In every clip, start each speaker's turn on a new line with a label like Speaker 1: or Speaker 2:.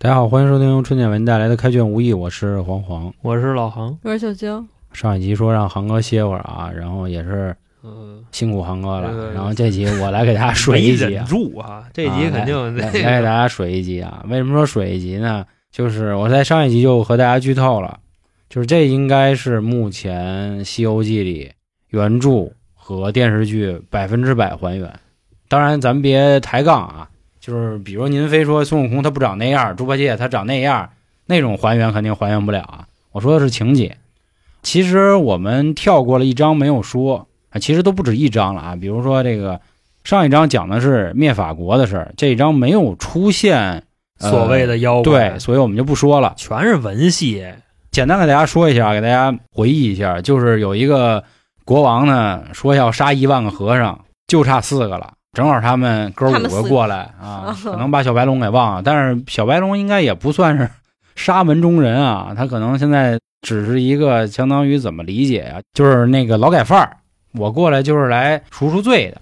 Speaker 1: 大家好，欢迎收听由春姐为您带来的《开卷无益》，我是黄黄。
Speaker 2: 我是老航，
Speaker 3: 我是小娇，
Speaker 1: 上一集说让航哥歇会儿啊，然后也是
Speaker 2: 嗯，
Speaker 1: 辛苦航哥了。
Speaker 2: 嗯
Speaker 1: 然后这集我来给大家水
Speaker 2: 没
Speaker 1: 一集
Speaker 2: 忍
Speaker 1: 啊，
Speaker 2: 住啊，这
Speaker 1: 啊
Speaker 2: 集肯定
Speaker 1: 来
Speaker 2: 这
Speaker 1: 来给大家水一集啊。为什么说水一集呢？就是我在上一集就和大家剧透了，就是这应该是目前《西游记》里原著和电视剧百分之百还原。当然，咱别抬杠啊，就是比如您非说孙悟空他不长那样，猪八戒他长那样，那种还原肯定还原不了啊。我说的是情节，其实我们跳过了一章没有说啊，其实都不止一章了啊。比如说这个上一章讲的是灭法国的事儿，这一章没有出现、呃
Speaker 2: 所谓的妖怪，
Speaker 1: 对，所以我们就不说了。
Speaker 2: 全是文戏，
Speaker 1: 简单给大家说一下，给大家回忆一下，就是有一个国王呢说要杀一万个和尚，就差四个了，正好他们哥五
Speaker 3: 他们
Speaker 1: 个
Speaker 3: 四个
Speaker 1: 过来啊
Speaker 3: 哦，
Speaker 1: 可能把小白龙给忘了，但是小白龙应该也不算是杀门中人啊，他可能现在只是一个相当于怎么理解啊，就是那个劳改犯儿，我过来就是来赎赎罪的。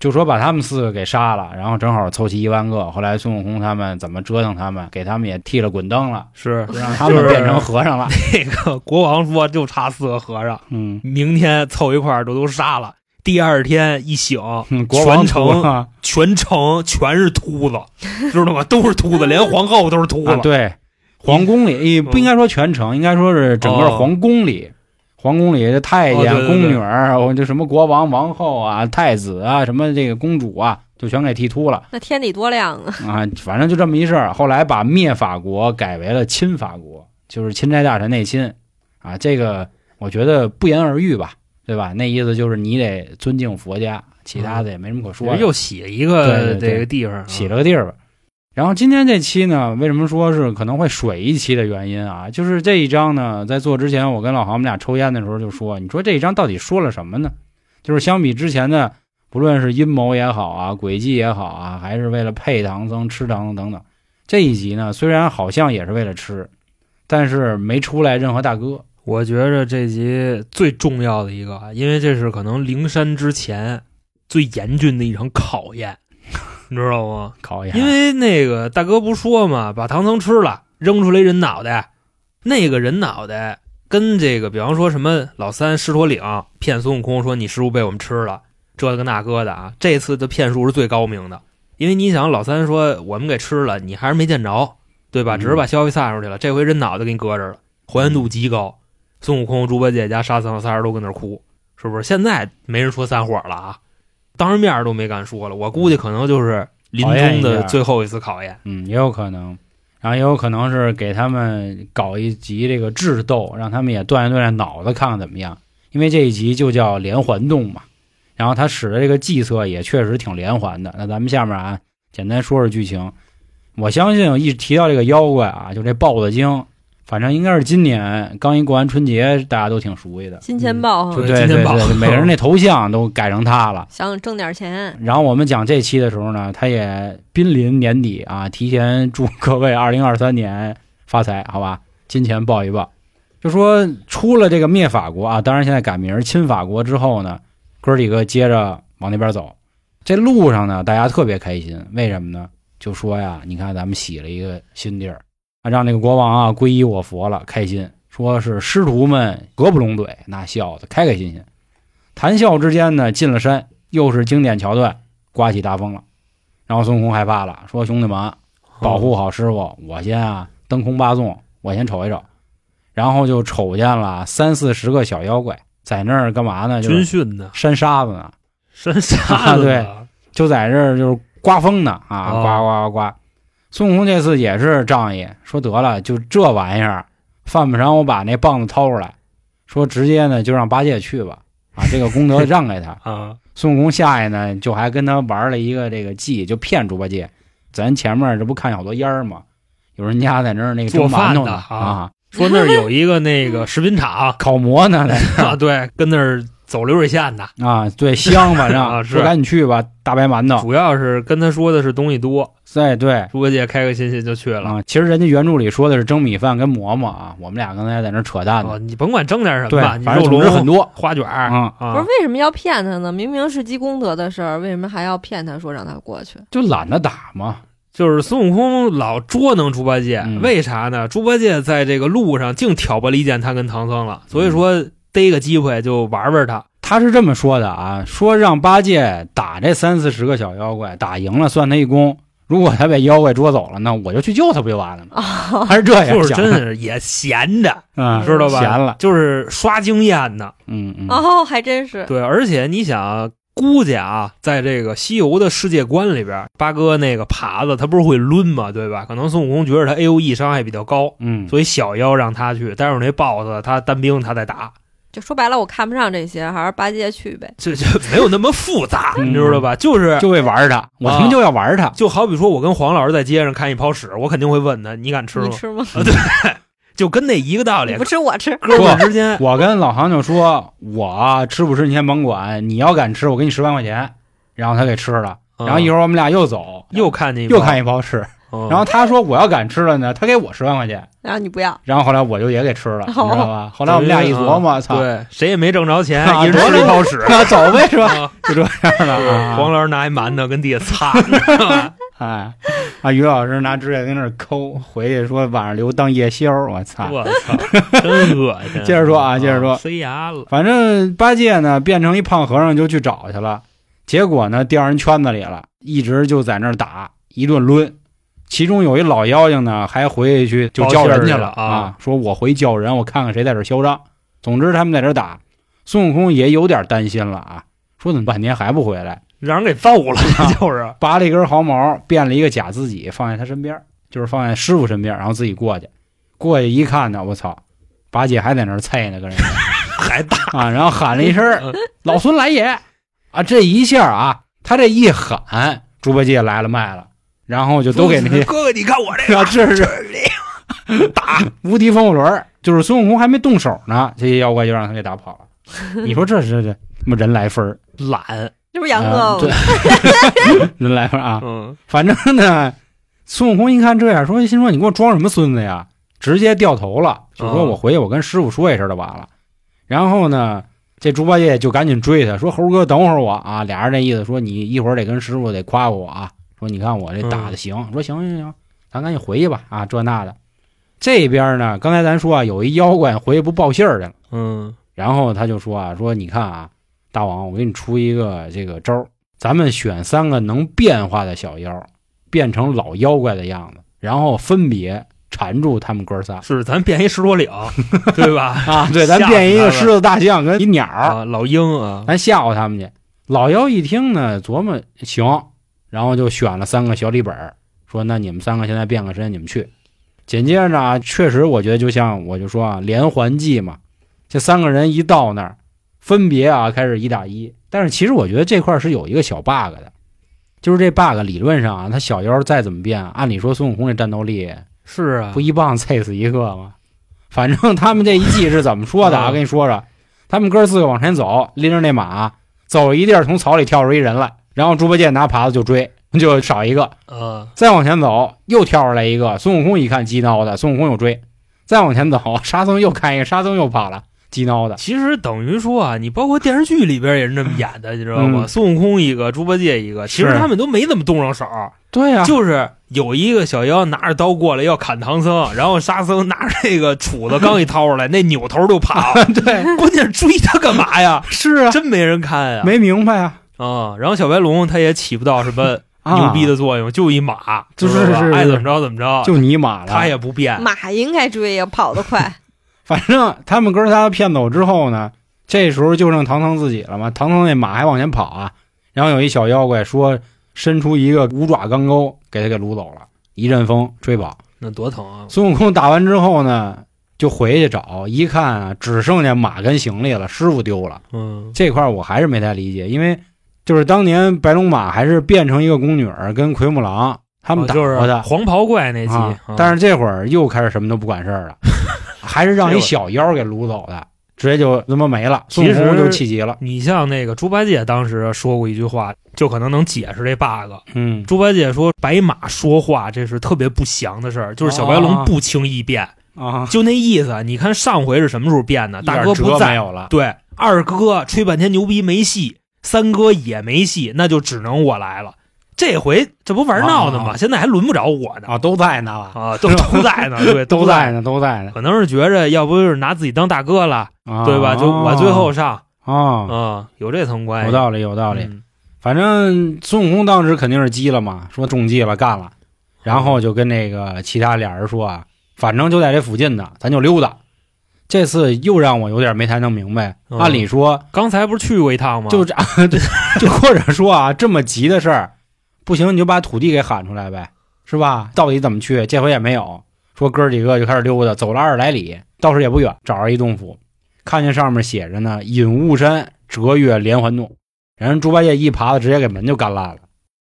Speaker 1: 就说把他们四个给杀了，然后正好凑齐一万个。后来孙悟空他们怎么折腾他们，给他们也剃了滚灯了，
Speaker 2: 是
Speaker 1: 让他们
Speaker 2: 就是
Speaker 1: 变成和 尚了。
Speaker 2: 那个国王说就差四个和尚，
Speaker 1: 嗯，
Speaker 2: 明天凑一块儿都都杀了。第二天一醒，
Speaker 1: 嗯国王
Speaker 2: 全程
Speaker 1: 图啊，
Speaker 2: 全城全是秃子， 知道吗？都是秃子，连皇后都是秃
Speaker 1: 啊
Speaker 2: 子。
Speaker 1: 对，皇宫里也不应该说全城，应该说是整个
Speaker 2: 嗯哦
Speaker 1: 皇宫里，皇宫里的太
Speaker 2: 哦
Speaker 1: 监、
Speaker 2: 对对
Speaker 1: 宫
Speaker 2: 对
Speaker 1: 女儿，我这什么国王、王后啊、太子啊，什么这个公主啊，就全给剃秃了
Speaker 3: 那天底多亮
Speaker 2: 嗯
Speaker 3: 啊！
Speaker 1: 啊。反正就这么一事儿。后来把灭法国改为了亲法国，就是钦差大臣内亲啊。这个我觉得不言而喻吧，对吧？那意思就是你得尊敬佛家，其他的也没什么可说的。
Speaker 2: 人又写一
Speaker 1: 对
Speaker 2: 个
Speaker 1: 对对
Speaker 2: 这个地方，啊
Speaker 1: 洗了个地儿吧。然后今天这期呢，为什么说是可能会水一期的原因啊？就是这一章呢，在做之前，我跟老航我们俩抽烟的时候就说，你说这一章到底说了什么呢？就是相比之前的，不论是阴谋也好啊，诡计也好啊，还是为了配唐僧、吃唐僧等等，这一集呢，虽然好像也是为了吃，但是没出来任何大哥。
Speaker 2: 我觉着这集最重要的一个啊，因为这是可能灵山之前最严峻的一场考验， 你知道吗？
Speaker 1: 考一下，
Speaker 2: 因为那个大哥不说嘛，把唐僧吃了，扔出来一人脑袋，那个人脑袋跟这个，比方说什么老三狮驼岭骗孙悟空说你师傅被我们吃了，这个那个的啊，这次的骗术是最高明的，因为你想老三说我们给吃了，你还是没见着，对吧？
Speaker 1: 嗯
Speaker 2: 只是把消息散出去了，这回人脑袋给你搁这儿了，还原度极高。孙悟空、猪八戒加沙僧仨人都跟那儿哭，是不是？现在没人说散伙了啊，当着面儿都没敢说了。我估计可能就是临
Speaker 1: 考验一
Speaker 2: 终
Speaker 1: 下
Speaker 2: 的最后一次考验。
Speaker 1: 嗯，也有可能，然后也有可能是给他们搞一集这个智斗，让他们也锻炼锻炼脑子，看看怎么样。因为这一集就叫连环洞嘛，然后他使的这个计策也确实挺连环的。那咱们下面啊，简单说说剧情。我相信一提到这个妖怪啊，就这豹子精，反正应该是今年刚一过完春节，大家都挺熟悉的。
Speaker 3: 金钱豹啊，
Speaker 2: 嗯就
Speaker 1: 对
Speaker 2: 是
Speaker 1: 对
Speaker 2: 金
Speaker 1: 对
Speaker 2: 钱豹
Speaker 1: 对，每人那头像都改成他了。
Speaker 3: 想挣点钱，
Speaker 1: 然后我们讲这期的时候呢，他也濒临年底啊，提前祝各位二零二三年发财，好吧？金钱报一报，就说出了这个灭法国啊，当然现在改名儿亲法国之后呢，哥几个接着往那边走。这路上呢，大家特别开心，为什么呢？就说呀，你看咱们洗了一个新地儿，啊让那个国王啊皈依我佛了，开心。说是师徒们合不拢嘴，那笑的开开心心。谈笑之间呢，进了山，又是经典桥段，刮起大风了。然后孙悟空害怕了，说：“兄弟们，保
Speaker 2: 啊
Speaker 1: 护好师傅，我先啊登空八纵，我先瞅一瞅。”然后就瞅见了三四十个小妖怪在那儿干嘛呢？就
Speaker 2: 军
Speaker 1: 是啊
Speaker 2: 训呢，
Speaker 1: 扇沙子呢，
Speaker 2: 山沙子呢，
Speaker 1: 就在这儿就是刮风呢啊，
Speaker 2: 哦
Speaker 1: 刮刮刮刮。孙悟空这次也是仗义，说得了，就这玩意儿，犯不上我把那棒子掏出来，说直接呢就让八戒去吧，啊，这个功德让给他。
Speaker 2: 啊，
Speaker 1: 孙悟空下去呢，就还跟他玩了一个这个计，就骗猪八戒。咱前面这不看见好多烟儿吗？有人家在那儿那个蒸
Speaker 2: 做
Speaker 1: 馒
Speaker 2: 饭
Speaker 1: 头
Speaker 2: 的
Speaker 1: 呢
Speaker 2: 啊，说那儿有一个那个食 品厂
Speaker 1: 烤馍 呢在
Speaker 2: 啊，对，跟那儿走流水线的，
Speaker 1: 啊，对，香反正
Speaker 2: 啊是
Speaker 1: 说赶紧去吧，大白馒头。哎
Speaker 2: 主要是跟他说的是东西多，
Speaker 1: 对对
Speaker 2: 猪八戒开开心心就去了。
Speaker 1: 啊，其实人家原著里说的是蒸米饭跟馍馍啊，我们俩刚才在那儿扯淡呢。
Speaker 2: 啊，你甭管挣点什么
Speaker 1: 对
Speaker 2: 吧，，你
Speaker 1: 反正
Speaker 2: 肉
Speaker 1: 总之很
Speaker 2: 龙、
Speaker 1: 多
Speaker 2: 花卷儿
Speaker 1: 啊，
Speaker 3: 不是
Speaker 2: 啊，
Speaker 3: 为什么要骗他呢？明明是积功德的事儿，为什么还要骗他说让他过去？
Speaker 1: 就懒得打嘛。
Speaker 2: 就是孙悟空老捉弄猪八戒，
Speaker 1: 嗯
Speaker 2: 为啥呢？猪八戒在这个路上净挑拨离间他跟唐僧了，
Speaker 1: 嗯
Speaker 2: 所以说逮个机会就玩玩他。
Speaker 1: 他是这么说的啊，说让八戒打这三四十个小妖怪，打赢了算他一功。如果他被妖怪捉走了，那我就去救他，不就完了吗？
Speaker 3: 哦，
Speaker 1: 他是这样想的，
Speaker 2: 就是真是也闲着，
Speaker 1: 嗯，
Speaker 2: 知道吧？
Speaker 1: 闲了，
Speaker 2: 就是刷经验呢。
Speaker 1: 嗯嗯，
Speaker 3: 哦，还真是，
Speaker 2: 对，而且你想，估计啊，在这个西游的世界观里边，八哥那个耙子他不是会抡嘛，对吧？可能孙悟空觉得他 A O E 伤害比较高，
Speaker 1: 嗯，
Speaker 2: 所以小妖让他去，但是那 BOSS 他单兵他在打，
Speaker 3: 就说白了，我看不上这些，还是八戒去呗。
Speaker 2: 这这没有那么复杂，
Speaker 1: 嗯
Speaker 2: 你知道吧？就是
Speaker 1: 就为玩他，我他
Speaker 2: 啊
Speaker 1: 妈就要玩他，
Speaker 2: 就好比说，我跟黄老师在街上看一泡屎，我肯定会问他：“你敢吃吗
Speaker 3: 你吃吗？？”
Speaker 2: 就跟那一个道
Speaker 3: 你
Speaker 2: 理
Speaker 3: 不，吃我吃。
Speaker 2: 哥们儿之间，
Speaker 1: 我跟老杭就说，我吃不吃你先甭管，你要敢吃，我给你十万块钱。然后他给吃了，
Speaker 2: 嗯
Speaker 1: 然后一会儿我们俩又走，
Speaker 2: 又看见一
Speaker 1: 又
Speaker 2: 泡
Speaker 1: 看一包吃。
Speaker 2: 嗯
Speaker 1: 然后他说我要敢吃了呢，他给我十万块钱。
Speaker 3: 然后啊你不要，
Speaker 1: 然后后来我就也给吃了，你知
Speaker 3: 哦
Speaker 1: 道吧？后来我们俩一琢磨，操，
Speaker 2: 对，谁也没挣着钱，
Speaker 1: 啊
Speaker 2: 一人吃一泡屎。
Speaker 1: 那走呗，是吧？
Speaker 2: 啊
Speaker 1: 就这样了啊。
Speaker 2: 黄老师拿一馒头跟地 下擦，你知道吧
Speaker 1: 哎，啊，于老师拿指甲跟那儿抠，回去说晚上留当夜宵，我操！
Speaker 2: 我操，真恶心。哦
Speaker 1: 接着说啊接着说
Speaker 2: 塞牙了。
Speaker 1: 反正八戒呢变成一胖和尚就去找去了，结果呢掉人圈子里了，一直就在那儿打一顿抡。其中有一老妖精呢，还回去就教人去了
Speaker 2: 报信儿去了啊
Speaker 1: 说我回教人，我看看谁在这儿嚣张。总之他们在这儿打，孙悟空也有点担心了啊，说怎么半天还不回来？
Speaker 2: 让人给揍了，就是
Speaker 1: 拔了一根毫毛，变了一个假自己，放在他身边儿，就是放在师傅身边儿，然后自己过去。过去一看呢，我操，八戒还在那儿菜呢，跟人家。
Speaker 2: 还打
Speaker 1: 啊，然后喊了一声儿
Speaker 2: 嗯
Speaker 1: “老孙来也”，啊，这一下啊，他这一喊，猪八戒来了卖了，然后就都给那些
Speaker 2: 哥哥，你看我这
Speaker 1: 啊，这是
Speaker 2: 个，
Speaker 1: 无敌风火轮儿，就是孙悟空还没动手呢，这些妖怪就让他给打跑了。你说这是这什么人来分儿？
Speaker 2: 懒，
Speaker 3: 这不是杨
Speaker 1: 啊
Speaker 3: 哥
Speaker 1: 对
Speaker 3: 吗？
Speaker 1: 人来分儿啊，
Speaker 2: 嗯，
Speaker 1: 反正呢，孙悟空一看这样，说心说你给我装什么孙子呀？直接掉头了，就说
Speaker 2: 嗯
Speaker 1: 我回去我跟师傅说一声就完了。然后呢， 这猪八戒就赶紧追他，说猴哥等会儿我啊，俩人这意思说你一会儿得跟师傅得夸夸我啊，说你看我这打的行，说行行行，咱赶紧回去吧啊，这那的。这边呢，刚才咱说啊，有一妖怪回去不报信儿去了，
Speaker 2: 嗯，
Speaker 1: 然后他就说啊，说你看啊，大王，我给你出一个这个招儿，咱们选三个能变化的小妖，变成老妖怪的样子，然后分别缠住他们哥仨
Speaker 2: 是咱变一石 头岭，对吧？
Speaker 1: 啊。对，咱
Speaker 2: 吓死
Speaker 1: 变一
Speaker 2: 他
Speaker 1: 个
Speaker 2: 们
Speaker 1: 狮子、大象跟一鸟儿，
Speaker 2: 啊，老鹰啊，
Speaker 1: 咱吓唬他们去。老妖一听呢，琢磨行，然后就选了三个小李本儿，说那你们三个现在变个身，你们去。紧接着呢啊，确实我觉得就像我就说啊，连环计嘛，这三个人一到那儿，分别啊开始一打一。但是其实我觉得这块儿是有一个小 bug 的，就是这 bug 理论上啊，他小妖再怎么变，按理说孙悟空这战斗力
Speaker 2: 是啊
Speaker 1: 不，一棒啐死一个吗？反正他们这一季是怎么说的啊？
Speaker 2: 嗯
Speaker 1: 我跟你说说，他们哥四个往前走，拎着那马走一地儿，从草里跳出一人来，然后猪八戒拿耙子就追，就少一个。
Speaker 2: 嗯，
Speaker 1: 再往前走，又跳出来一个。孙悟空一看激恼的，孙悟空又追。再往前走，沙僧又看一个，沙僧又跑了，激恼的。
Speaker 2: 其实等于说啊，你包括电视剧里边也是这么演的，你知道吗？
Speaker 1: 嗯
Speaker 2: 孙悟空一个，猪八戒一个，其实
Speaker 1: 是
Speaker 2: 他们都没怎么动上手，
Speaker 1: 对
Speaker 2: 啊
Speaker 1: 呀、
Speaker 2: 就是有一个小妖拿着刀过来要砍 唐僧，然后沙僧拿着那个杵子刚一掏出来，那扭头就跑。
Speaker 1: 对，
Speaker 2: 关键是追他干 嘛呀？
Speaker 1: 是啊，
Speaker 2: 真没人看呀！
Speaker 1: 没明白啊，
Speaker 2: 啊、然后小白龙他也起不到什么
Speaker 1: 啊
Speaker 2: 牛逼的作用，就一马，
Speaker 1: 就是
Speaker 2: 知道吧
Speaker 1: 是是
Speaker 2: 爱怎么着怎么着，
Speaker 1: 就你马了。
Speaker 2: 他也不变。
Speaker 3: 马应该追呀，跑得快。
Speaker 1: 反正他们哥仨骗走之后呢，这时候就剩唐僧自己了嘛。唐僧那马还往前跑啊，然后有一小妖怪说伸出一个五爪钢钩给他给掳走了，一阵风吹跑。
Speaker 2: 那多疼啊！
Speaker 1: 孙悟空打完之后呢，就回去找，一看啊，只剩下马跟行李了，师傅丢了。
Speaker 2: 嗯
Speaker 1: 这块儿我还是没太理解，因为就是当年白龙马还是变成一个宫女儿跟奎木狼他们
Speaker 2: 啊
Speaker 1: 打
Speaker 2: 就是
Speaker 1: 过他，
Speaker 2: 黄袍怪那集，
Speaker 1: 啊
Speaker 2: 啊、
Speaker 1: 但是这会儿又开始什么都不管事 儿了，还是让一小妖给掳走的，直接就他妈没了。孙悟
Speaker 2: 其
Speaker 1: 空
Speaker 2: 实
Speaker 1: 就气急了，
Speaker 2: 你像那个猪八戒当时说过一句话，就可能能解释这 bug。
Speaker 1: 嗯，
Speaker 2: 猪八戒说白马说话这是特别不祥的事儿，就是小白
Speaker 1: 哦
Speaker 2: 龙不轻易变，
Speaker 1: 啊，
Speaker 2: 就那意思。你看上回是什么时候变的？大哥
Speaker 1: 一点辙
Speaker 2: 不
Speaker 1: 没
Speaker 2: 在，
Speaker 1: 有了，
Speaker 2: 对，二哥吹半天牛逼没戏，三哥也没戏，那就只能我来了。这回这不玩闹呢吗？
Speaker 1: 啊
Speaker 2: 现在还轮不着我呢
Speaker 1: 啊，都在呢吧？
Speaker 2: 啊，都 都在呢， 对，
Speaker 1: 都
Speaker 2: 在
Speaker 1: 在。呢，都在呢，
Speaker 2: 可能是觉着，要不就是拿自己当大哥了，
Speaker 1: 啊
Speaker 2: 对吧？就我最后上，
Speaker 1: 啊，
Speaker 2: 嗯，有这层关系，
Speaker 1: 有道理，有道理。
Speaker 2: 嗯
Speaker 1: 反正孙悟空当时肯定是急了嘛，说中计了，干
Speaker 2: 嗯
Speaker 1: 了，然后就跟那个其他俩人说啊，反正就在这附近呢，咱就溜达。这次又让我有点没太弄明白。
Speaker 2: 嗯
Speaker 1: 按理说，
Speaker 2: 刚才不是去过一趟吗？
Speaker 1: 就这， 就或者说啊，这么急的事儿，不行，你就把土地给喊出来呗，是吧？到底怎么去？这回也没有。说哥儿几个就开始溜达，走了二十来里，倒是也不远，找着一洞府，看见上面写着呢“隐雾山折月连环洞”，然后猪八戒一耙子直接给门就干烂了。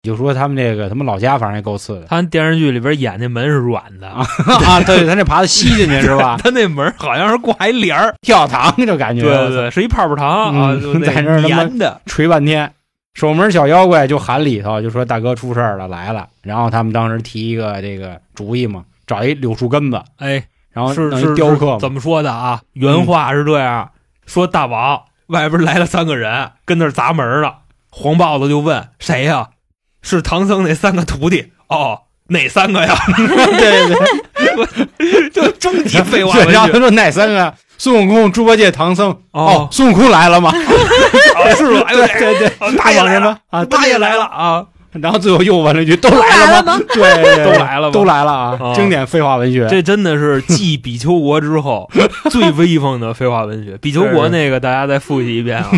Speaker 1: 就说他们这个他们老家反正也够次 的
Speaker 2: 他电视剧里边演那门是软的，
Speaker 1: 啊啊！对，咱这耙子吸进去是吧？
Speaker 2: 他那门好像是挂一帘儿，
Speaker 1: 跳堂就感觉
Speaker 2: 对对对，是一泡泡糖啊，
Speaker 1: 嗯
Speaker 2: 就那
Speaker 1: 在那儿他妈
Speaker 2: 粘的，
Speaker 1: 捶半天。守门小妖怪就喊里头，就说大哥出事儿了，来了。然后他们当时提一个这个主意嘛，找一柳树根子，
Speaker 2: 哎，
Speaker 1: 然后
Speaker 2: 是
Speaker 1: 弄
Speaker 2: 是
Speaker 1: 一雕刻
Speaker 2: 是
Speaker 1: 嘛。
Speaker 2: 怎么说的啊？原话是这样、说：大王外边来了三个人，跟那儿砸门呢。黄豹子就问谁呀、是唐僧那三个徒弟哦，哪三个呀？
Speaker 1: 对 对对，
Speaker 2: 就终极废 话
Speaker 1: 对然后他
Speaker 2: 文学
Speaker 1: 说哪三个？孙悟空、猪八戒、唐僧。哦
Speaker 2: 哦，，
Speaker 1: 孙悟空来 了吗？
Speaker 2: 哦是吗？哎呦，
Speaker 1: 对对对，
Speaker 2: 哦大爷
Speaker 1: 往
Speaker 2: 来
Speaker 1: 什
Speaker 2: 了，
Speaker 1: 么啊？
Speaker 2: 大爷来了啊，
Speaker 1: 然后最后又问了一句：“都来
Speaker 3: 来
Speaker 1: 了
Speaker 3: 了
Speaker 1: 吗
Speaker 3: 吗？”
Speaker 1: 对，对对
Speaker 2: 都来了吧
Speaker 1: 都来了啊！
Speaker 2: 哦
Speaker 1: 经典废话文学。
Speaker 2: 这真的是继比丘国之 后最威风的废话文学。比丘国那个大家再复习一遍 啊，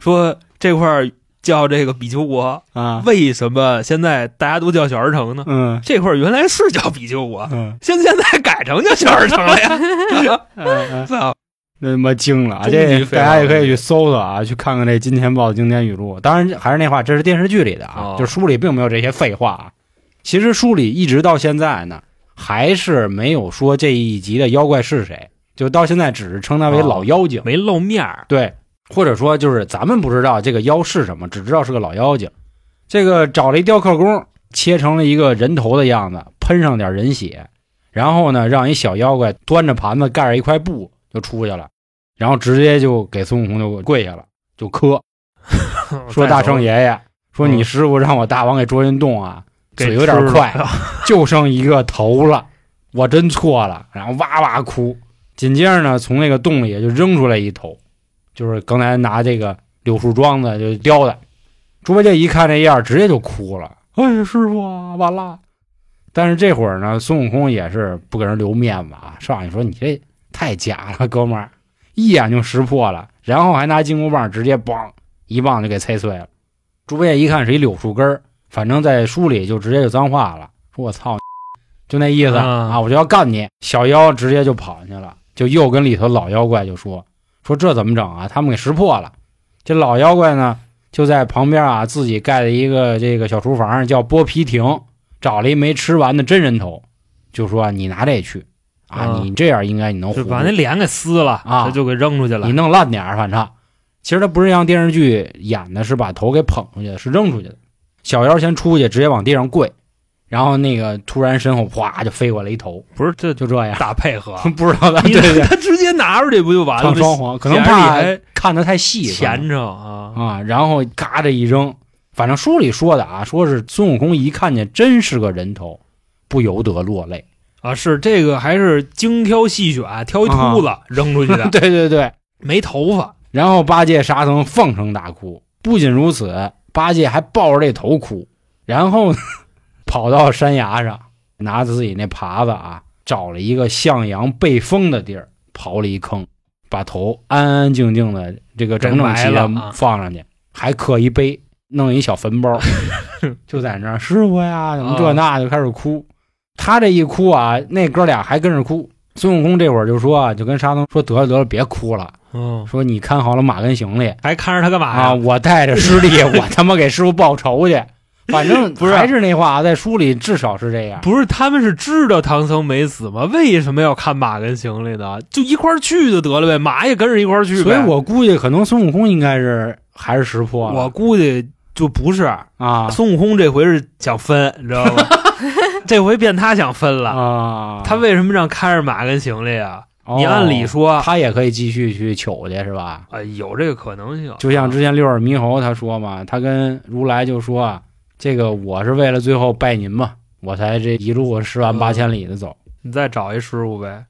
Speaker 2: 说这块儿叫这个比丘国，
Speaker 1: 啊，
Speaker 2: 为什么现在大家都叫小儿城呢？
Speaker 1: 嗯
Speaker 2: 这块儿原来是叫比丘国，
Speaker 1: 嗯
Speaker 2: 现现在改成叫小儿城了呀！
Speaker 1: 嗯嗯，
Speaker 2: 操，
Speaker 1: 那他妈惊了啊！
Speaker 2: 终
Speaker 1: 这
Speaker 2: 极
Speaker 1: 大
Speaker 2: 废话
Speaker 1: 家也可以去搜搜啊，去看看这《金钱豹》的经典语录。当然，还是那话，这是电视剧里的啊
Speaker 2: 哦，
Speaker 1: 就书里并没有这些废话啊。其实书里一直到现在呢，还是没有说这一集的妖怪是谁，就到现在只是称他为
Speaker 2: 哦
Speaker 1: 老妖精。
Speaker 2: 没露面儿，
Speaker 1: 对，或者说就是咱们不知道这个妖是什么，只知道是个老妖精。这个找了一雕刻工，切成了一个人头的样子，喷上点人血，然后呢，让一小妖怪端着盘子盖着一块布就出去了，然后直接就给孙悟空就跪下了，就磕，
Speaker 2: 嗯
Speaker 1: 说大圣爷爷，说你师傅让我大王给捉进洞啊，
Speaker 2: 给
Speaker 1: 嘴有点
Speaker 2: 吃了
Speaker 1: 快， 就剩一个头了，我真错了，然后哇哇哭。紧接着呢，从那个洞里就扔出来一头，就是刚才拿这个柳树桩子就叼的。猪八戒一看这样儿，直接就哭了，哎呀，师傅啊，完了！但是这会儿呢，孙悟空也是不给人留面子啊，上去说你这太假了，哥们儿，一眼就识破了，然后还拿金箍棒直接梆一棒就给踩碎了。猪八戒一看是一柳树根儿，反正在书里就直接就脏话了，说我操你，就那意思
Speaker 2: 啊
Speaker 1: 啊，我就要干你。小妖直接就跑进去了，就又跟里头老妖怪就说说这怎么整啊？他们给识破了。这老妖怪呢，就在旁边啊自己盖了一个这个小厨房，叫剥皮亭，找了一没吃完的真人头，就说啊你拿这去啊
Speaker 2: 啊，
Speaker 1: 你这样应该你能糊
Speaker 2: 就
Speaker 1: 住
Speaker 2: 把那脸给撕了
Speaker 1: 啊
Speaker 2: 他就给扔出去了
Speaker 1: 你。弄烂点儿，反正其实他不是像电视剧演的，是把头给捧出去的，是扔出去的。小妖先出去，直接往地上跪，然后那个突然身后哗就飞过来一头，
Speaker 2: 不是这
Speaker 1: 就这 样，
Speaker 2: 大配合，
Speaker 1: 不知道他
Speaker 2: 你
Speaker 1: 对对，
Speaker 2: 他直接拿出去不就完了
Speaker 1: 唱双
Speaker 2: 吗？
Speaker 1: 簧，可能
Speaker 2: 显然
Speaker 1: 怕
Speaker 2: 你还
Speaker 1: 看的太细，
Speaker 2: 虔诚啊，
Speaker 1: 啊，然后嘎这一扔，反正书里说的啊，说是孙悟空一看见真是个人头，不由得落泪。
Speaker 2: 啊，是这个还是精挑细选，挑一秃子、扔出去的，
Speaker 1: 啊 对对对，
Speaker 2: 没头发，
Speaker 1: 然后八戒、沙僧放声大哭。不仅如此，八戒还抱着这头哭，然后呢 跑到山崖上，拿着自己那耙子啊，找了一个向阳背风的地儿，刨了一坑，把头安安静静的这个整整齐
Speaker 2: 给埋
Speaker 1: 的
Speaker 2: 了啊
Speaker 1: 放上去，还刻一碑，弄一小坟 包，就在那儿师傅呀，怎么
Speaker 2: 啊
Speaker 1: 这那就开始哭。他这一哭啊，那哥俩还跟着哭。孙悟空这会儿就说啊，就跟沙僧说：“得了得了，别哭了，
Speaker 2: 嗯，
Speaker 1: 说你看好了马跟行李
Speaker 2: 还看着他干嘛
Speaker 1: 啊，
Speaker 2: 哎呀？
Speaker 1: 我带着师 弟，我他妈给师傅报仇去。反正
Speaker 2: 不是啊
Speaker 1: 还是那话，在书里至少是这样。
Speaker 2: 不是他们是知道唐僧没死吗？为什么要看马跟行李呢？就一块儿去就得了呗，马也跟着一块儿去呗。
Speaker 1: 所以我估计可能孙悟空应该是还是识破
Speaker 2: 我
Speaker 1: 了
Speaker 2: 估计就不是、
Speaker 1: 啊
Speaker 2: 孙悟空这回是想分，你知 道吗？这回变他想分了。
Speaker 1: 啊！
Speaker 2: 他为什么让看着马跟行李啊？
Speaker 1: 哦
Speaker 2: 你按理说，啊哎
Speaker 1: 他也可以继续去求去是吧？
Speaker 2: 呃，有这个可能性。
Speaker 1: 就像之前六耳猕猴他说嘛，他跟如来就说啊，这个我是为了最后拜您嘛，我才这一路十万八千里的走。
Speaker 2: 你再找一师傅 呗。
Speaker 1: 啊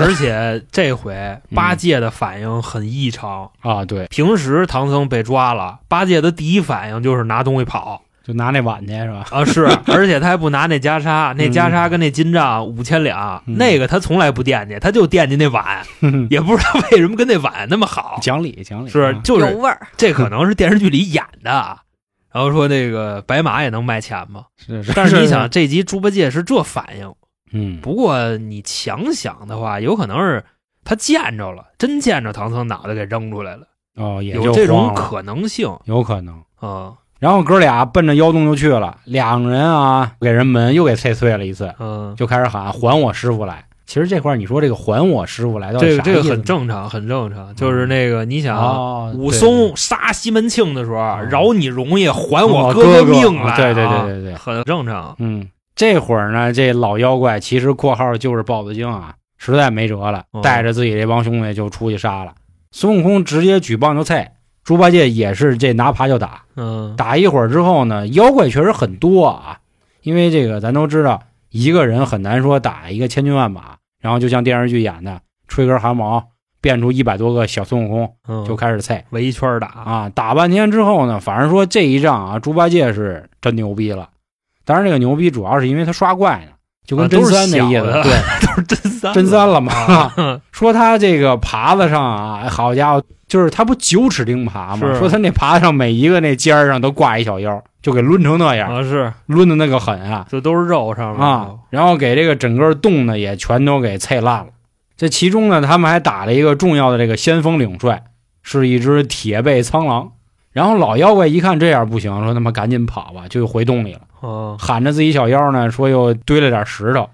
Speaker 2: 而且这回八戒的反应很异常。
Speaker 1: 啊，对，
Speaker 2: 平时唐僧被抓了，八戒的第一反应就是拿东西跑
Speaker 1: 就拿那碗去是吧？
Speaker 2: 啊，是， 而且他还不拿那袈裟，那袈裟跟那金杖五千两，
Speaker 1: 嗯
Speaker 2: 那个他从来不惦记，他就惦记那 碗，也不知道为什么跟那碗那么好，
Speaker 1: 讲理讲理
Speaker 2: 是
Speaker 1: 啊
Speaker 2: 就是
Speaker 3: 有味儿，
Speaker 2: 这可能是电视剧里演的啊。然后说那个白马也能卖钱吗？
Speaker 1: 是是，
Speaker 2: 但是你想，这集猪八戒是这反应，
Speaker 1: 嗯，
Speaker 2: 不过你强想的话，有可能是他见着了，真见着唐僧脑袋给扔出来了，
Speaker 1: 哦，也
Speaker 2: 有
Speaker 1: 就
Speaker 2: 这种
Speaker 1: 慌了
Speaker 2: 可能性
Speaker 1: 有可能。
Speaker 2: 啊，
Speaker 1: 然后哥俩奔着妖洞就去了，两人啊给人门又给碎碎了一次，
Speaker 2: 嗯，
Speaker 1: 就开始喊“还我师傅来”。其实这块儿你说这个“还我师傅来”到底
Speaker 2: 这个
Speaker 1: 啥
Speaker 2: 这个
Speaker 1: 意思
Speaker 2: 很
Speaker 1: 呢
Speaker 2: 正常，很正常，就是那个你想。
Speaker 1: 哦，
Speaker 2: 武
Speaker 1: 对
Speaker 2: 松杀西门庆的时候，
Speaker 1: 嗯
Speaker 2: 饶你容易，还
Speaker 1: 还
Speaker 2: 我
Speaker 1: 哥
Speaker 2: 哥命来、
Speaker 1: 啊对对对
Speaker 2: 啊，
Speaker 1: 对对，
Speaker 2: 很正常。
Speaker 1: 嗯，这会儿呢，这老妖怪其实（括号）就是豹子精啊，实在没辙了
Speaker 2: 哦，
Speaker 1: 带着自己这帮兄弟就出去杀了。孙悟空直接举棒就菜，猪八戒也是这拿耙就打，
Speaker 2: 嗯，
Speaker 1: 打一会儿之后呢，妖怪确实很多啊，因为这个咱都知道，一个人很难说打一个千军万马，然后就像电视剧演的，吹根汗毛变出一百多个小孙悟空
Speaker 2: 嗯
Speaker 1: 就开始菜
Speaker 2: 围一圈打啊，
Speaker 1: 啊，打半天之后呢，反正说这一仗啊，猪八戒是真牛逼了，当然这个牛逼主要是因为他刷怪呢，就跟
Speaker 2: 啊
Speaker 1: 真
Speaker 2: 都是
Speaker 1: 三那意
Speaker 2: 小
Speaker 1: 思，
Speaker 2: 的
Speaker 1: 对，
Speaker 2: 都是真三
Speaker 1: 真三了嘛。
Speaker 2: 啊
Speaker 1: 说他这个耙子上啊，好家伙，就是他不九齿钉耙嘛，
Speaker 2: 是
Speaker 1: 说他那耙子上每一个那尖儿上都挂一小腰，就给抡成那样。
Speaker 2: 啊，哦是，
Speaker 1: 抡的那个狠啊
Speaker 2: 这都是肉上面
Speaker 1: 啊，然后给这个整个洞呢也全都给碎烂了。这其中呢，他们还打了一个重要的这个先锋领帅，是一只铁背苍狼。然后老妖怪一看这样不行，说他妈赶紧跑吧，就回洞里了，
Speaker 2: 啊，
Speaker 1: 喊着自己小妖呢，说又堆了点石头，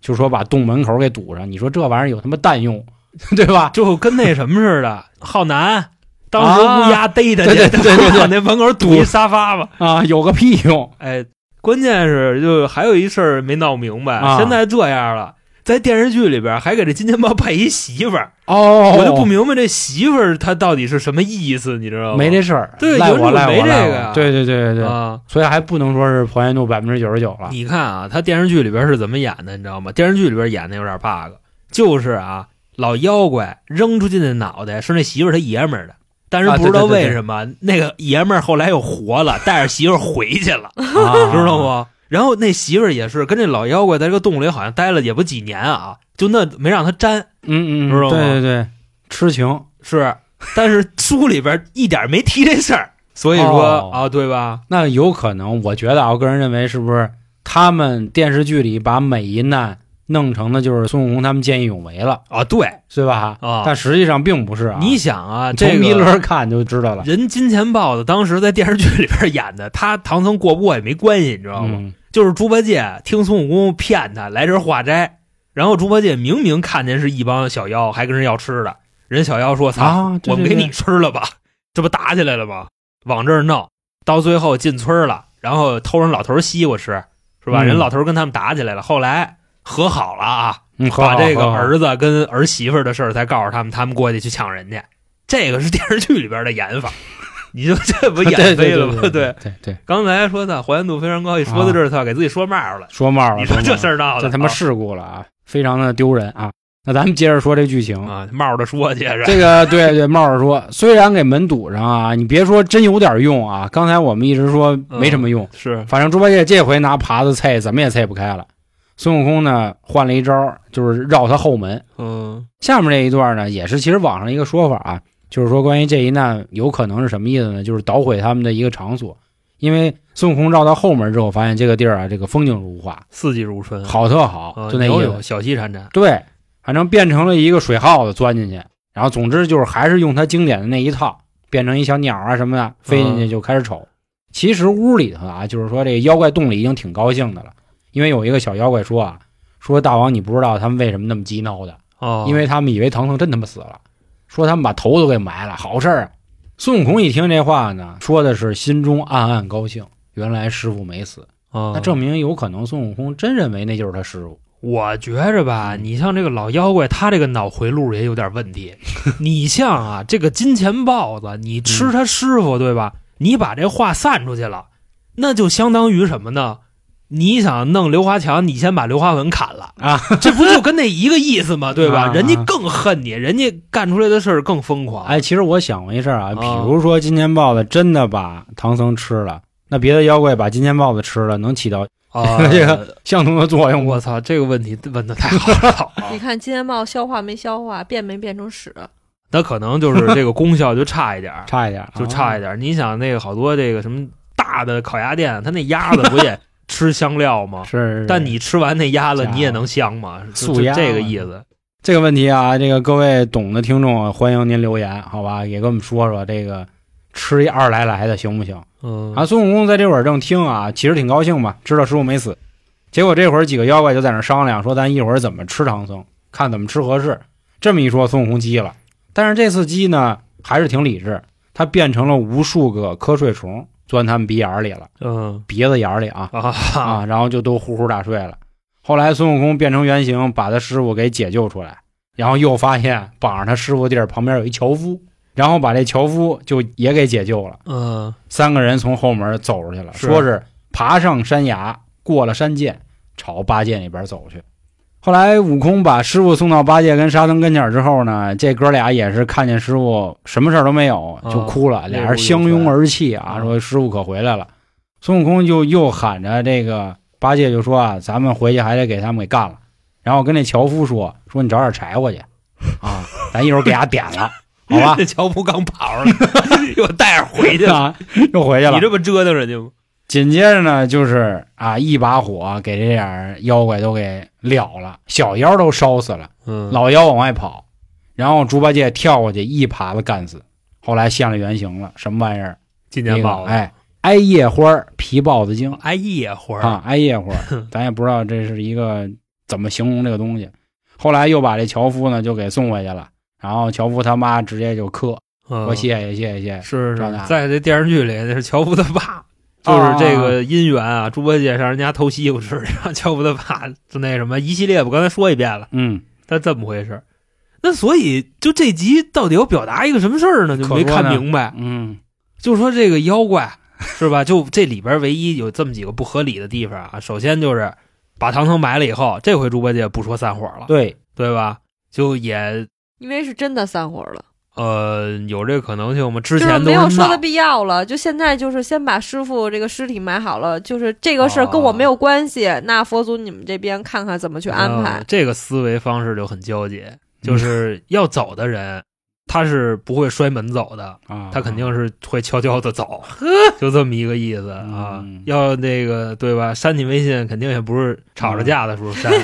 Speaker 1: 就说把洞门口给堵上。你说这玩意儿有他妈蛋用， 对吧？
Speaker 2: 就跟那什么似 的，浩南。当时乌鸦逮他去，
Speaker 1: 啊对对对对对
Speaker 2: 往那门口堵一沙发吧。
Speaker 1: 啊，有个屁用！
Speaker 2: 哎，关键是就还有一事儿没闹明白，
Speaker 1: 啊
Speaker 2: 现在这样了，在电视剧里边还给这金钱豹配一媳妇儿，
Speaker 1: 哦，
Speaker 2: 我就不明白这媳妇儿她到底是什么意思，你知道吗？
Speaker 1: 没这事儿，
Speaker 2: 对
Speaker 1: 赖
Speaker 2: 原著
Speaker 1: 我赖我
Speaker 2: 没这
Speaker 1: 赖
Speaker 2: 个
Speaker 1: 我
Speaker 2: 呀
Speaker 1: 对对对对对，
Speaker 2: 啊。
Speaker 1: 所以还不能说是还原度百分之九十九了。
Speaker 2: 你看啊，他电视剧里边是怎么演的，你知道吗？电视剧里边演的有点 bug，就是啊，老妖怪扔出去的脑袋是那媳妇儿他爷们儿的，但是
Speaker 1: 啊
Speaker 2: 不知道
Speaker 1: 对对对对
Speaker 2: 为什么、那个爷们儿后来又活了，带着媳妇儿回去了，
Speaker 1: 啊
Speaker 2: 知道？不？然后那媳妇儿也是跟这老妖怪在这个洞里好像待了也不几年啊，就那没让他沾
Speaker 1: 嗯嗯，
Speaker 2: 知道吗
Speaker 1: 对对对，痴情。
Speaker 2: 是，但是书里边一点没提这事儿，所以说、
Speaker 1: 哦
Speaker 2: 啊，对吧？
Speaker 1: 那有可能，我觉得啊，我个人认为是不是他们电视剧里把每一难弄成的就是孙悟空他们见义勇为了，
Speaker 2: 啊，对
Speaker 1: 对吧？
Speaker 2: 啊，
Speaker 1: 但实际上并不是啊。
Speaker 2: 你想啊，
Speaker 1: 从
Speaker 2: 这个
Speaker 1: 弥勒看就知道了，
Speaker 2: 人金钱豹子当时在电视剧里边演的，他唐僧过不过也没关系，你知道吗？
Speaker 1: 嗯
Speaker 2: 就是猪八戒听孙悟空骗他来这儿化斋，然后猪八戒明明看见是一帮小妖，还跟人要吃的，人小妖说：“操、
Speaker 1: 啊，对
Speaker 2: 我们
Speaker 1: 对
Speaker 2: 给
Speaker 1: 对
Speaker 2: 你吃了吧。”这不打起来了吗？往这儿闹，到最后进村了，然后偷人老头西瓜吃，是吧？
Speaker 1: 嗯
Speaker 2: 人老头跟他们打起来了，后来和好了啊，
Speaker 1: 嗯
Speaker 2: 把这个
Speaker 1: 子
Speaker 2: 儿子跟儿媳妇儿的事儿才告诉他们，他们过去去抢人去。这个是电视剧里边的演法，你就 这不演飞了吗？
Speaker 1: 对对对对，
Speaker 2: 刚才说的还原度非常高，一说到这儿，他给自己说冒了。
Speaker 1: 说帽了，
Speaker 2: 你说这事
Speaker 1: 儿，
Speaker 2: 儿闹的，
Speaker 1: 这他妈事故了啊，非常的丢人啊。那咱们接着说这剧情
Speaker 2: 啊，冒着说去是吧？
Speaker 1: 这 个对对，帽儿说，虽然给门堵上啊，你别说真有点用啊。刚才我们一直说
Speaker 2: 嗯
Speaker 1: 没什么用，
Speaker 2: 是
Speaker 1: 反正猪八戒这回拿耙子菜怎么也菜不开了。孙悟空呢换了一招儿，就是绕他后门。
Speaker 2: 嗯
Speaker 1: 下面这一段呢，也是其实网上一个说法啊，就是说关于这一难有可能是什么意思呢？就是捣毁他们的一个场所，因为孙悟空绕到后门之后，发现这个地儿啊，这个风景如画，
Speaker 2: 四季如春，
Speaker 1: 好特好，
Speaker 2: 啊
Speaker 1: 就那
Speaker 2: 有
Speaker 1: 意
Speaker 2: 有
Speaker 1: 思。
Speaker 2: 小溪潺潺，
Speaker 1: 对，反正变成了一个水耗子钻进去，然后总之就是还是用他经典的那一套，变成一小鸟啊什么的飞进去
Speaker 2: 嗯
Speaker 1: 就开始瞅。其实屋里头啊，就是说这个妖怪洞里已经挺高兴的了，因为有一个小妖怪说啊，说大王你不知道他们为什么那么激恼的，
Speaker 2: 哦，
Speaker 1: 因为他们以为唐僧真他妈死了，说他们把头都给埋了，好事儿啊。孙悟空一听这话呢，说的是心中暗暗高兴，原来师傅没死，
Speaker 2: 那
Speaker 1: 那证明有可能孙悟空真认为那就是他师傅。
Speaker 2: 我觉着吧，
Speaker 1: 嗯
Speaker 2: 你像这个老妖怪，他这个脑回路也有点 问题。你像
Speaker 1: 嗯
Speaker 2: 啊，这个金钱豹子，你吃他师傅对吧？你把这话散出去了，那就相当于什么呢？你想弄刘华强，你先把刘华文砍了
Speaker 1: 啊，
Speaker 2: 这不就跟那一个 意思吗？对吧？
Speaker 1: 啊
Speaker 2: 人家更恨你，人家干出来的事儿更疯狂。
Speaker 1: 哎，其实我想过一事儿啊，
Speaker 2: 啊
Speaker 1: 比如说金钱豹子真的把唐僧吃了，那别的妖怪把金钱豹子吃了，能起到，
Speaker 2: 啊
Speaker 1: 这个哎相同的作用吗？
Speaker 2: 我操，这个问题问的太好 了
Speaker 3: 你看金钱豹消化没消化，变没变成屎？
Speaker 2: 那可能就是这个功效就差一点儿，
Speaker 1: 差一点，啊
Speaker 2: 就差一点儿。你想那个好多这个什么大的烤鸭店，他那鸭子不 也吃香料吗
Speaker 1: 啊。？是，是
Speaker 2: 但你吃完那鸭子
Speaker 1: 假，的
Speaker 2: 你也能香吗？就
Speaker 1: 素
Speaker 2: 就
Speaker 1: 鸭
Speaker 2: 这个
Speaker 1: 嘛
Speaker 2: 意思。
Speaker 1: 这个问题啊，这个各位懂的听众，欢迎您留言，好吧？也跟我们说说这个吃一二来来的行不行？
Speaker 2: 嗯
Speaker 1: 啊，孙悟空在这会儿正听啊，其实挺高兴吧，知道师傅没死。结果这会儿几个妖怪就在那儿商量，说咱一会儿怎么吃唐僧，看怎么吃合适。这么一说，孙悟空急了，但是这次鸡呢还是挺理智，它变成了无数个瞌睡虫，钻他们鼻眼儿里了，
Speaker 2: 嗯
Speaker 1: 鼻子眼儿里啊
Speaker 2: 啊哈
Speaker 1: 啊，然后就都呼呼大睡了。后来孙悟空变成原形，把他师傅给解救出来，然后又发现绑着他师傅地儿旁边有一樵夫，然后把这樵夫就也给解救了。
Speaker 2: 嗯
Speaker 1: 三个人从后门走出去了，
Speaker 2: 是
Speaker 1: 说是爬上山崖，过了山涧，朝八戒那边走去。后来悟空把师傅送到八戒跟沙僧跟前儿之后呢，这哥俩也是看见师傅什么事儿都没有
Speaker 2: 啊
Speaker 1: 就哭了，俩人相拥而泣啊，
Speaker 2: 泪如雨下？
Speaker 1: 说师傅可回来了。孙悟空就又喊着这个八戒就说啊，咱们回去还得给他们给干了。然后跟那樵夫说说你找点柴火去啊，咱一会儿给他点了，好吧
Speaker 2: 这乔布刚 跑出来，又带着回去了。
Speaker 1: 啊，又回去了。
Speaker 2: 你这不折腾人家吗？
Speaker 1: 紧接着呢，就是啊，一把火给这点儿妖怪都给燎了，小妖都烧死了，
Speaker 2: 嗯
Speaker 1: 老妖往外跑，然后猪八戒跳过去一耙子干死，后来现了原形了，什么玩意儿？
Speaker 2: 今
Speaker 1: 那
Speaker 2: 年
Speaker 1: 个
Speaker 2: 报了，
Speaker 1: 哎，挨夜花儿皮豹子精
Speaker 2: 哎野花儿
Speaker 1: 啊，挨夜花儿， 咱也不知道这是一个怎么形容这个东西。后来又把这樵夫呢就给送回去了，然后樵夫他妈直接就磕，
Speaker 2: 嗯
Speaker 1: 说谢谢谢谢谢谢，
Speaker 2: 是
Speaker 1: 张
Speaker 2: 是
Speaker 1: 大，
Speaker 2: 在这电视剧里那是樵夫他爸，
Speaker 1: 哦
Speaker 2: 就是这个姻缘啊，猪八戒上人家偷西瓜吃，让樵夫他爸就那什么一系列，我刚才说一遍了，
Speaker 1: 嗯，
Speaker 2: 他这么回事儿。那所以就这集到底要表达一个什么事儿呢？就
Speaker 1: 可
Speaker 2: 没
Speaker 1: 不呢
Speaker 2: 看明白。
Speaker 1: 嗯
Speaker 2: 就说这个妖怪是吧？就这里边唯一有这么几个不合理的地方啊。首先就是把唐僧埋了以后，这回猪八戒不说散伙了，
Speaker 1: 对，
Speaker 2: 对吧？就也
Speaker 3: 因为是真的散伙了，
Speaker 2: 呃有这个可能性吗？之
Speaker 3: 就是
Speaker 2: 前都
Speaker 3: 没有说的
Speaker 2: 闹。
Speaker 3: 必要了。就现在就是先把师傅这个尸体埋好了，就是这个事儿
Speaker 2: 哦
Speaker 3: 跟我没有关系。那佛祖你们这边看看怎么去安排
Speaker 2: 嗯。这个思维方式就很纠结，
Speaker 1: 嗯
Speaker 2: 就是要走的人，他是不会摔门走的，
Speaker 1: 啊，
Speaker 2: 他肯定是会悄悄的走， 就这么一个意思啊。
Speaker 1: 嗯
Speaker 2: 要那个对吧？删你微信肯定也不是吵着架的时候删，
Speaker 1: 嗯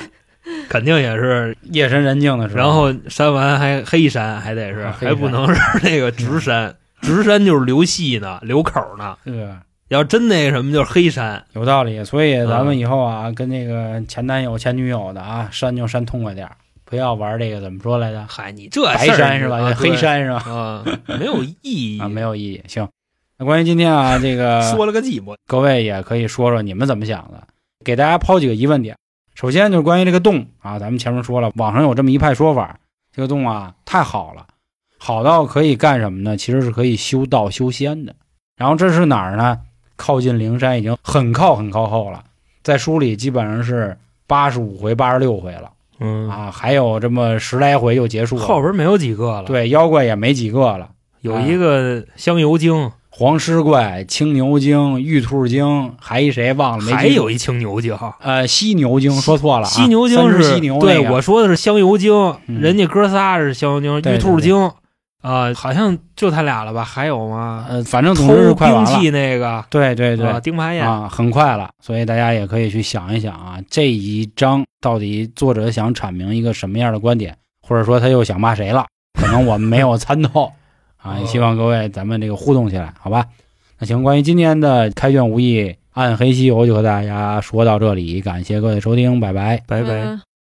Speaker 2: 肯定也是，
Speaker 1: 夜深人静的时候，
Speaker 2: 然后删完还黑删，还得是，
Speaker 1: 啊黑嗯
Speaker 2: 还不
Speaker 1: 删
Speaker 2: 能是那个直删，直删就是留戏呢，留口呢。
Speaker 1: 对
Speaker 2: 要真那什么就是黑删，
Speaker 1: 有道理，所以咱
Speaker 2: 嗯
Speaker 1: 们以后啊，跟那个前男友、前女友的啊，删就删痛快点儿，不要玩这个怎么说来着？
Speaker 2: 嗨，你这
Speaker 1: 白
Speaker 2: 事儿
Speaker 1: 删是吧？
Speaker 2: 啊
Speaker 1: 黑删是吧？
Speaker 2: 对啊，没有意义
Speaker 1: 啊，没有意义。行，那关于今天啊，这个
Speaker 2: 说了个寂寞。
Speaker 1: 各位也可以说说你们怎么想的，给大家抛几个疑问点。首先就是关于这个洞啊，咱们前面说了，网上有这么一派说法，这个洞啊太好了，好到可以干什么呢？其实是可以修道修仙的。然后这是哪儿呢？靠近灵山已经很靠很靠后了，在书里基本上是八十五回、八十六回了
Speaker 2: 嗯，
Speaker 1: 啊，还有这么十来回就结束了。
Speaker 2: 后边没有几个了。，
Speaker 1: 对啊妖怪也没几个了。
Speaker 2: 有一个香油精，
Speaker 1: 黄狮怪、青牛精、玉兔精，还一谁忘了？没记住
Speaker 2: 还有一青牛精。
Speaker 1: 呃，犀牛精说错了啊、
Speaker 2: 犀牛精
Speaker 1: 三
Speaker 2: 是
Speaker 1: 只犀牛那个、
Speaker 2: 对我说的是香油精，
Speaker 1: 嗯
Speaker 2: 人家哥仨是香油精，
Speaker 1: 对
Speaker 2: 玉
Speaker 1: 对
Speaker 2: 兔精啊、好像就他俩了吧？还有吗？
Speaker 1: 呃，反正总之是
Speaker 2: 偷
Speaker 1: 快
Speaker 2: 兵
Speaker 1: 完了，
Speaker 2: 器那个，
Speaker 1: 对对对
Speaker 2: 啊，丁八燕，
Speaker 1: 啊，很快了，所以大家也可以去想一想啊，这一章到底作者想阐明一个什么样的观点，或者说他又想骂谁了？可能我们没有参 透啊，也希望各位咱们这个互动起来，好吧？那行，关于今天的开卷无益暗黑西游就和大家说到这里，感谢各位收听，拜拜。
Speaker 2: 拜拜。
Speaker 3: 嗯